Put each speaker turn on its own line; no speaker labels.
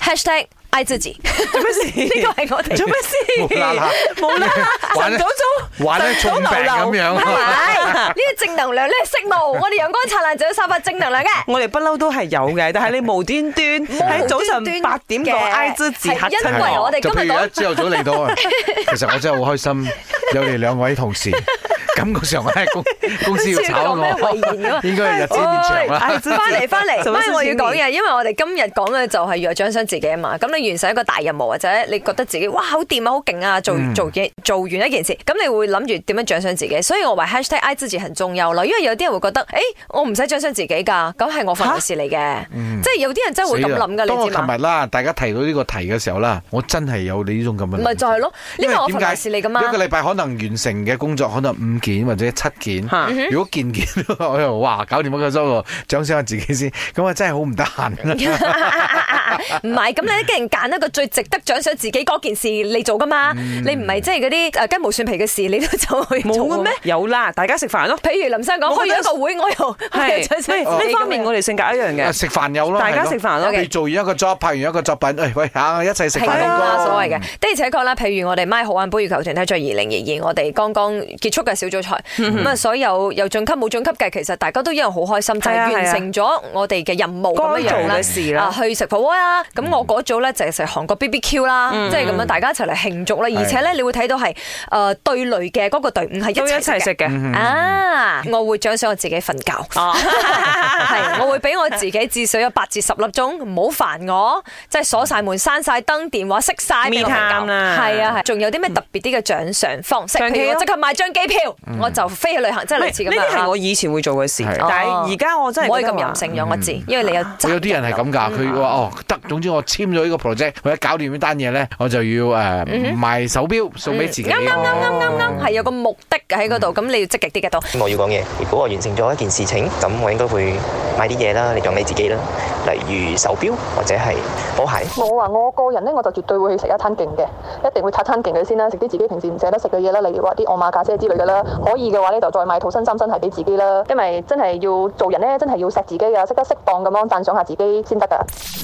hashtag 愛自 己，
做咩事？
呢個係我哋
做咩事？
冇啦啦
冇啦啦，
玩
晨
咧
早早。
玩得重病咁
唔
樣，
係呢啲正能量咧，息怒，我哋陽光燦爛就要散發正能 量嘅。
我哋不嬲都係有嘅，但係你無端端喺早晨八點講
嘅
I 之字嚇
因
親
為
我
我，哋今
就譬
日
如
講
一朝頭早嚟到啊，其實我真係好開心，有你兩位同事，感覺上咧公公司要炒我
笑到咩遺言啊，
應該係日之現場啦。
I 之字
哎翻 嚟翻嚟，
做
唔
乜
係我要
先
講嘅，因為我哋今日講嘅就係要獎賞自己啊嘛。咁你完成一個大任務或者你覺得自己哇好掂啊好勁啊，做
嗯
做嘢做完一件事，咁你會諗住點樣獎賞自己。所以我話 hashtag I 自己很重要咯，因為有啲人會覺得，誒我唔使獎賞自己㗎，咁係我份內事嚟嘅，即係有啲人真係會咁諗
嗯死
㗎，
啦當
你
我
知嘛
琴？日啦，大家提到呢個題嘅時候啦，我真係有你呢種咁嘅諗法。
咪就係咯，呢
因為
個我
點
份
解
內事嚟㗎嘛
一。個禮拜可能完成嘅工作可能五件或者七件，
嚇
如果件件 我又哇搞掂一個周喎，獎賞下自己先，咁啊真係好唔得閒啦。
唔係，咁你一定揀一個最值得獎賞自己嗰件事嚟做噶嘛？你唔係即係嗰啲誒雞毛蒜皮嘅事，你都走去
嗯冇
做
嘅
嘅
咩
咩？？
有啦，大家食飯咯。
譬如林生講
我
開
覺得
咗一個會，我又我又
係
獎賞自己
喂呢方面我
哋
哋性格一樣
啊
嘅，
食飯有咯，
大家
係咯
食飯咯
OK
你做完一個 job，拍完一個作品，喂喂嚇，一齊食
平
飯
等啦，
好過
啊所謂嘅。的而且確啦，譬如我哋 My 好玩杯羽球團體賽二零二二，我哋剛剛結束嘅小組賽，
嗯
咁啊，所有有晉級冇晉級嘅，其實大家都一樣好開心，就
係啊
係
係啊
完成咗我哋嘅任務咁
該
樣
做
樣啦
嘅。事
啊，
啦。嗯
去食火鍋啊！咁我嗰組咧就係食韓國 BBQ 啦，即係咁樣大家一齊嚟慶祝啦。而且咧，你會睇到係誒對壘嘅嗰個隊伍係
都一
一齊
齊
食
食
嘅。
嘅，
啊！我會獎賞我自己瞓覺，
嗯哦，
係我會俾我自己至少有八至十粒鐘，唔好煩我，即係鎖晒門、閂晒燈、電話熄晒，俾我
Me
瞓
time
覺。
啦嗯
係啊係，仲有啲咩特別啲嘅獎賞方式？
上機
譬如我
咯
即刻買張機票，我就飛去旅行，即係
嗯唔係
類似咁
呢啲係
樣哦
我以前會做嘅事，
係
但
Ờ.
係而家我真係
唔可以
覺得
咁
話嗯
任性養我知，因為你有責
哦有啲人係咁㗎，佢話哦得，總之我簽咗呢個 project，或者搞掂呢單嘢咧，我就要誒賣手錶送俾自己。哦
啱啱啱啱啱啱係有個目的嘅喺嗰度，咁你要積極啲嘅都。
我要講嘢。如果我完成咗一件事情，咁我應該會買啲嘢啦嚟獎勵自己啦，例如手錶或者係波鞋。
我啊，我個人咧我就絕對會去食一餐勁嘅，一定會刷餐勁佢先啦，食啲自己平時唔捨得食嘅嘢啦，例如話啲我馬咖啡之類嘅啦。可以嘅話咧，就再買套新衫新鞋俾自己啦，因為真係要做人咧，真係要錫自己啊，識得適當咁樣讚賞下自己先得㗎。